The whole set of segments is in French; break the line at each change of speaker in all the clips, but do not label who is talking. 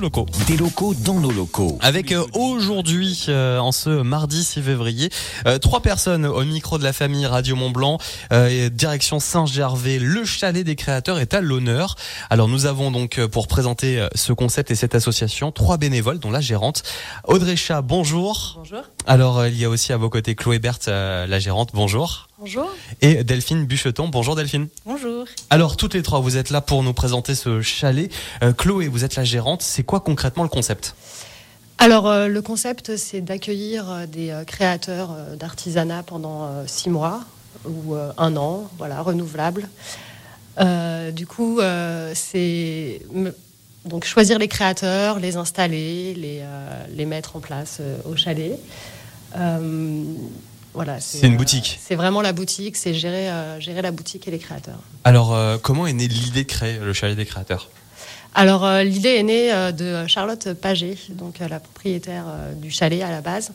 locaux.
Des locaux dans nos locaux.
Avec euh, aujourd'hui, euh, en ce mardi 6 février, euh, trois personnes au micro de la famille Radio Mont Blanc, euh, et direction Saint-Gervais, le chalet des créateurs est à l'honneur. Alors nous avons donc euh, pour présenter euh, ce concept et cette association trois bénévoles, dont la gérante Audrey Chat. Bonjour.
Bonjour.
Alors euh, il y a aussi à vos côtés Chloé Berthe, euh, la gérante. Bonjour.
Bonjour.
Et Delphine Bucheton. Bonjour Delphine.
Bonjour.
Alors toutes les trois, vous êtes là pour nous présenter ce chalet. Euh, Chloé, vous êtes la gérante. C'est quoi concrètement le concept
Alors, euh, le concept, c'est d'accueillir euh, des euh, créateurs euh, d'artisanat pendant euh, six mois ou euh, un an, voilà, renouvelable. Euh, du coup, euh, c'est me- donc choisir les créateurs, les installer, les, euh, les mettre en place euh, au chalet. Euh, voilà,
C'est une
euh,
boutique.
C'est vraiment la boutique, c'est gérer, euh, gérer la boutique et les créateurs.
Alors, euh, comment est née l'idée de créer le chalet des créateurs
Alors euh, l'idée est née euh, de Charlotte Paget, donc euh, la propriétaire euh, du chalet à la base,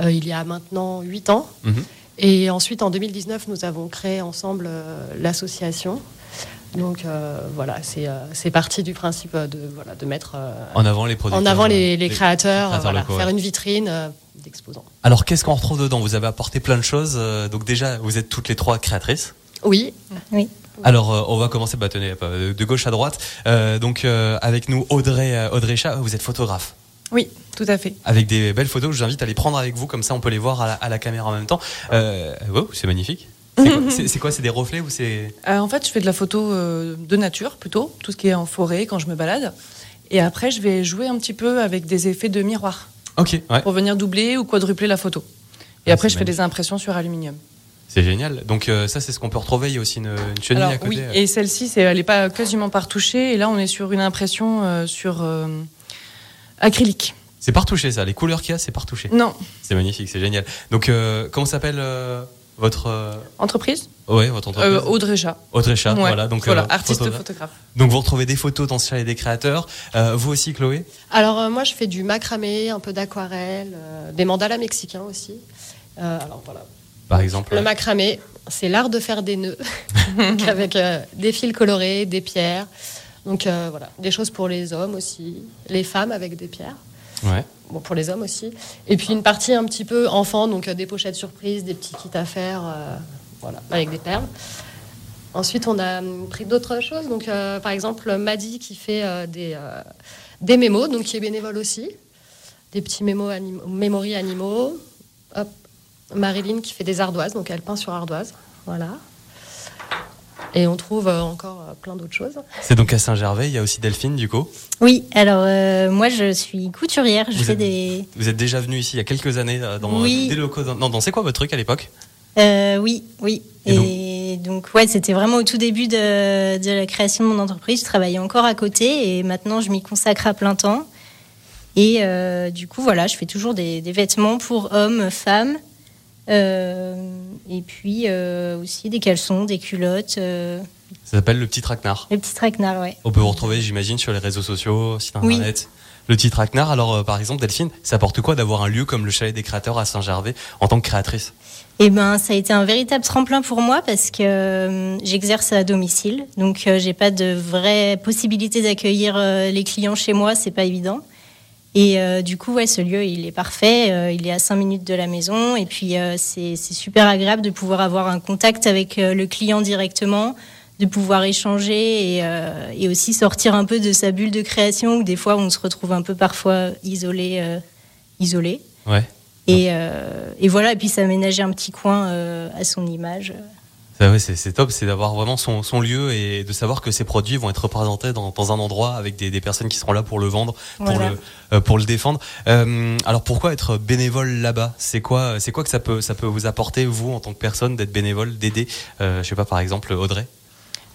euh, il y a maintenant 8 ans.
Mhm.
Et ensuite en 2019, nous avons créé ensemble euh, l'association. Donc euh, voilà, c'est euh, c'est parti du principe euh, de, voilà, de mettre euh,
En avant les producteurs.
en avant les, les
les-
créateurs,
les
euh, voilà,
locaux,
faire
ouais.
une vitrine euh, d'exposants.
Alors, qu'est-ce qu'on retrouve dedans Vous avez apporté plein de choses. euh, donc déjà, vous êtes toutes les trois créatrices.
Oui,
Alors, euh, on va commencer bah, tenez, euh, de gauche à droite. Euh, donc, euh, avec nous, Audrey, euh, Audrey Chat, vous êtes photographe.
Oui, tout à fait.
Avec des belles photos, je vous invite à les prendre avec vous, comme ça on peut les voir à la, à la caméra en même temps. Euh, wow, c'est magnifique. C'est quoi- C'est c'est quoi C'est des reflets ou c'est...
Euh, en fait, je fais de la photo euh, de nature plutôt, tout ce qui est en forêt quand je me balade. Et après, je vais jouer un petit peu avec des effets de miroir
Ok, ouais.
pour venir doubler ou quadrupler la photo. Et
Ah,
après,
c'est
je fais des impressions sur aluminium.
c'est génial. Donc euh, ça, c'est ce qu'on peut retrouver. Il y a aussi une, une chenille
Alors
à côté.
oui,
euh.
et celle-ci, c'est- elle n'est pas quasiment pas retouchée. Et là, on est sur une impression euh, sur euh, acrylique.
C'est pas retouché ça. Les couleurs qu'il y a, c'est pas retouché.
Non,
C'est magnifique, c'est génial. Donc, euh, comment s'appelle euh, votre, euh,
entreprise
ouais, votre entreprise
Euh, Audrey Chat.
Audrey Chat,
Ouais,
voilà. Donc, euh,
artiste
photographe.
photographe.
Donc, vous retrouvez des photos dans ce chalet des créateurs. Euh, vous aussi, Chloé
Alors euh, moi je fais du macramé, un peu d'aquarelle, euh, des mandalas mexicains aussi. Euh, alors voilà,
par exemple.
Le macramé, c'est l'art de faire des nœuds Donc, avec euh, des fils colorés, des pierres. Donc euh, voilà, des choses pour les hommes aussi, les femmes avec des pierres.
Ouais.
Bon, pour les hommes aussi. Et puis une partie un petit peu enfant, donc euh, des pochettes surprises, des petits kits à faire, euh, voilà, avec des perles. Ensuite, on a hum, pris d'autres choses. Donc, euh, par exemple, Maddy qui fait euh, des, euh, des mémos, donc qui est bénévole aussi, des petits mémos animaux, mémories animaux. Hop. Marilyn qui fait des ardoises, donc elle peint sur ardoise. Voilà. Et on trouve euh, encore euh, plein d'autres choses.
C'est donc à Saint-Gervais. Il y a aussi Delphine, du coup.
Oui, alors euh, moi je suis couturière, je
Vous
fais
êtes-
des.
Vous êtes déjà venu ici il y a quelques années euh, dans
Oui.
des locaux. dans- Non, dans c'est quoi votre truc à l'époque
euh, oui, oui.
Et
Et, donc, ouais, c'était vraiment au tout début de, de la création de mon entreprise. Je travaillais encore à côté et maintenant je m'y consacre à plein temps. Et euh, du coup, voilà, je fais toujours des, des vêtements pour hommes, femmes. euh, et puis euh, aussi des caleçons, des culottes, euh,
Ça s'appelle le petit traquenard.
les petits traquenards, ouais.
On peut vous retrouver, j'imagine, sur les réseaux sociaux, site
Oui.
internet. Le petit traquenard. Alors, euh, par exemple, Delphine, ça apporte quoi d'avoir un lieu comme le chalet des créateurs à Saint-Gervais en tant que créatrice
Eh ben, ça a été un véritable tremplin pour moi parce que euh, j'exerce à domicile, donc euh, j'ai pas de vraie possibilité d'accueillir euh, les clients chez moi, c'est pas évident. Et euh, du coup, ouais, ce lieu, il est parfait, euh, il est à 5 minutes de la maison, et puis euh, c'est c'est super agréable de pouvoir avoir un contact avec euh, le client directement, de pouvoir échanger et, euh, et aussi sortir un peu de sa bulle de création où des fois on se retrouve un peu parfois isolé, euh, isolé.
Ouais.
Et, euh, et voilà, et puis ça aménageait un petit coin euh, à son image.
Ça, ouais, c'est c'est top, c'est d'avoir vraiment son, son lieu et de savoir que ces produits vont être représentés dans, dans un endroit avec des, des personnes qui seront là pour le vendre, pour,
Voilà.
le, euh, pour le défendre. Euh, alors pourquoi être bénévole là-bas C'est quoi, c'est quoi que ça peut, ça peut vous apporter, vous, en tant que personne, d'être bénévole, d'aider, euh, je sais pas, par exemple, Audrey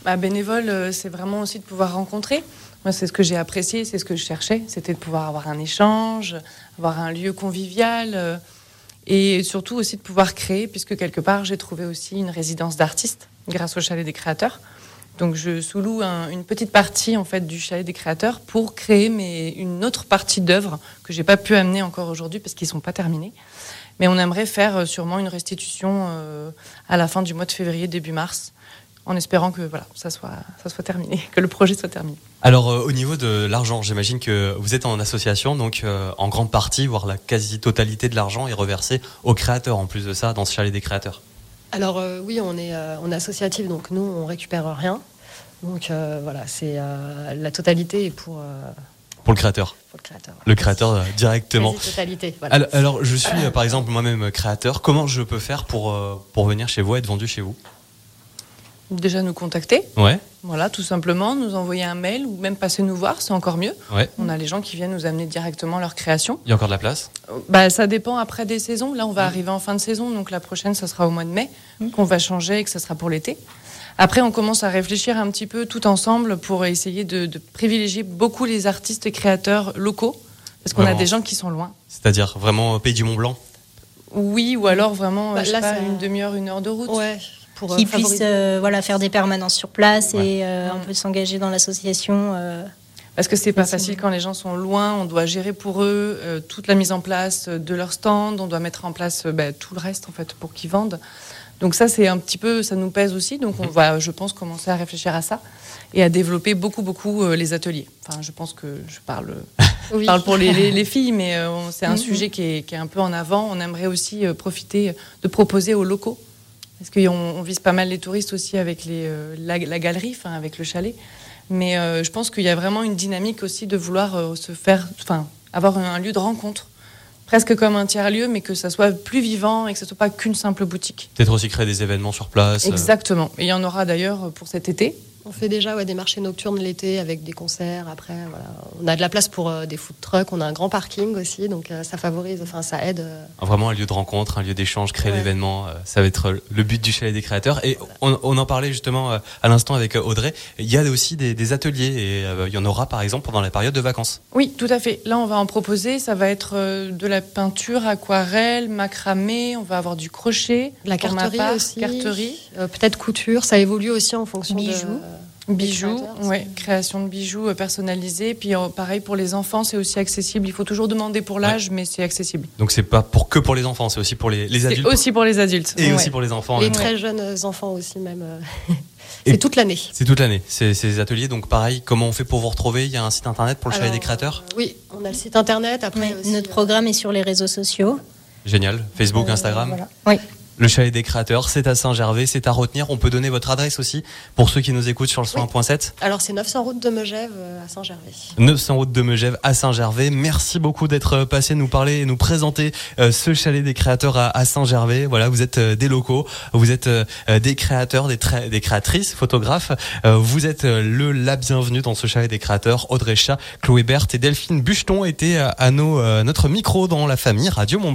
Bah, bénévole, euh, c'est vraiment aussi de pouvoir rencontrer. Moi, c'est ce que j'ai apprécié, c'est ce que je cherchais. C'était de pouvoir avoir un échange, avoir un lieu convivial euh, et surtout aussi de pouvoir créer, puisque quelque part, j'ai trouvé aussi une résidence d'artiste grâce au chalet des créateurs. Donc, je sous-loue un- une petite partie en fait du chalet des créateurs pour créer mais une autre partie d'œuvre que j'ai pas pu amener encore aujourd'hui parce qu'ils sont pas terminés. Mais on aimerait faire euh, sûrement une restitution euh, à la fin du mois de février, début mars en espérant que voilà, ça, soit, ça soit terminé, que le projet soit terminé.
Alors euh, au niveau de l'argent, j'imagine que vous êtes en association, donc euh, en grande partie, voire la quasi-totalité de l'argent est reversé aux créateurs, en plus de ça, dans ce chalet des créateurs.
Alors euh, oui, on est, euh, on est associatif, donc nous, on récupère rien. Donc euh, voilà, c'est euh, la totalité est pour, euh,
Pour le créateur.
pour le créateur.
Le créateur euh, directement.
totalité, voilà.
Alors, alors, je suis euh, par exemple moi-même créateur, comment je peux faire pour, euh, pour venir chez vous, être vendu chez vous
Déjà nous contacter,
Ouais,
voilà, tout simplement, nous envoyer un mail ou même passer nous voir, c'est encore mieux.
ouais.
On a les gens qui viennent nous amener directement leur création.
Il y a encore de la place
Bah, ça dépend après des saisons. Là, on va arriver en fin de saison, donc la prochaine, ça sera au mois de mai, qu'on va changer et que ça sera pour l'été. Après, on commence à réfléchir un petit peu tout ensemble pour essayer de, de privilégier beaucoup les artistes et créateurs locaux, parce qu'on a
Vraiment.
des gens qui sont loin.
C'est-à-dire vraiment euh, pays du Mont Blanc
Oui, ou alors vraiment,
Bah,
euh, je
là,
sais pas,
ça-
une demi-heure, une heure de route.
Ouais, pour euh,
Qui
favoriser-
puissent euh, voilà, faire des permanences sur place et euh, un
Mm.
peu s'engager dans l'association. euh,
Parce que c'est pas
Facilement.
facile quand les gens sont loin, on doit gérer pour eux euh, toute la mise en place euh, de leur stand, on doit mettre en place euh, bah, tout le reste en fait pour qu'ils vendent. Donc ça c'est un petit peu, ça nous pèse aussi, donc on va, je pense, commencer à réfléchir à ça et à développer beaucoup beaucoup euh, les ateliers. Enfin, je pense que je parle, euh,
Oui.
je parle pour les, les- les filles, mais euh, on- c'est un
Mhm.
sujet qui est, qui est un peu en avant. On aimerait aussi euh, profiter de proposer aux locaux. Parce qu'on on vise pas mal les touristes aussi avec les, euh, la, la galerie, enfin avec le chalet. Mais euh, je pense qu'il y a vraiment une dynamique aussi de vouloir euh, se faire, enfin avoir un, un lieu de rencontre, presque comme un tiers lieu, mais que ça soit plus vivant et que ce soit pas qu'une simple boutique.
Peut-être aussi créer des événements sur place. euh,
Exactement. Et il y en aura d'ailleurs pour cet été.
On fait déjà ouais, des marchés nocturnes l'été avec des concerts. Après, voilà. on a de la place pour euh, des food trucks, on a un grand parking aussi, donc euh, ça favorise, enfin ça aide. euh,
Vraiment un lieu de rencontre, un lieu d'échange, créer
Ouais.
l'événement, euh, ça va être euh, le but du chalet des créateurs. Et on, on en parlait justement euh, à l'instant avec euh, Audrey, il y a aussi des, des ateliers et euh, il y en aura par exemple pendant la période de vacances.
Oui, tout à fait. Là, on va en proposer. Ça va être euh, de la peinture, aquarelle, macramé. On va avoir du crochet,
de la
pour ma
carterie
part,
aussi.
carterie.
Euh, Peut-être couture, ça évolue aussi en fonction
Bijoux.
de.
Bijoux,
créateurs, c'est-
ouais, création de bijoux euh, personnalisés. Puis euh, pareil pour les enfants, c'est aussi accessible. Il faut toujours demander pour l'âge, mais c'est accessible.
Donc c'est pas pour que pour les enfants, c'est aussi pour les, les
C'est
adultes
aussi pour les adultes.
et
ouais.
aussi pour les enfants. en
Les
même temps.
très jeunes enfants aussi, même. euh,
Et-
C'est toute l'année.
C'est toute l'année, ces, ces ateliers. Donc pareil, comment on fait pour vous retrouver Il y a un site internet pour le chalet
Alors,
des créateurs
euh, Oui, on a le site internet. Après,
ouais,
aussi,
notre
euh,
programme est sur les réseaux sociaux.
Génial. Facebook, Instagram.
voilà.
Oui.
Le chalet des créateurs, c'est à Saint-Gervais, c'est à retenir. On peut donner votre adresse aussi pour ceux qui nous écoutent sur le
Oui.
101.7.
Alors, c'est 900 route de Megève euh, à Saint-Gervais.
900 route de Megève à Saint-Gervais. Merci beaucoup d'être euh, passé nous parler et nous présenter euh, ce chalet des créateurs à, à Saint-Gervais. Voilà, vous êtes euh, des locaux, vous êtes euh, euh, des créateurs, des, tra- des créatrices, photographes. Euh, vous êtes euh, le la bienvenue dans ce chalet des créateurs. Audrey Chat, Chloé Berthe et Delphine Bucheton étaient euh, à nos, euh, notre micro dans la famille Radio Mont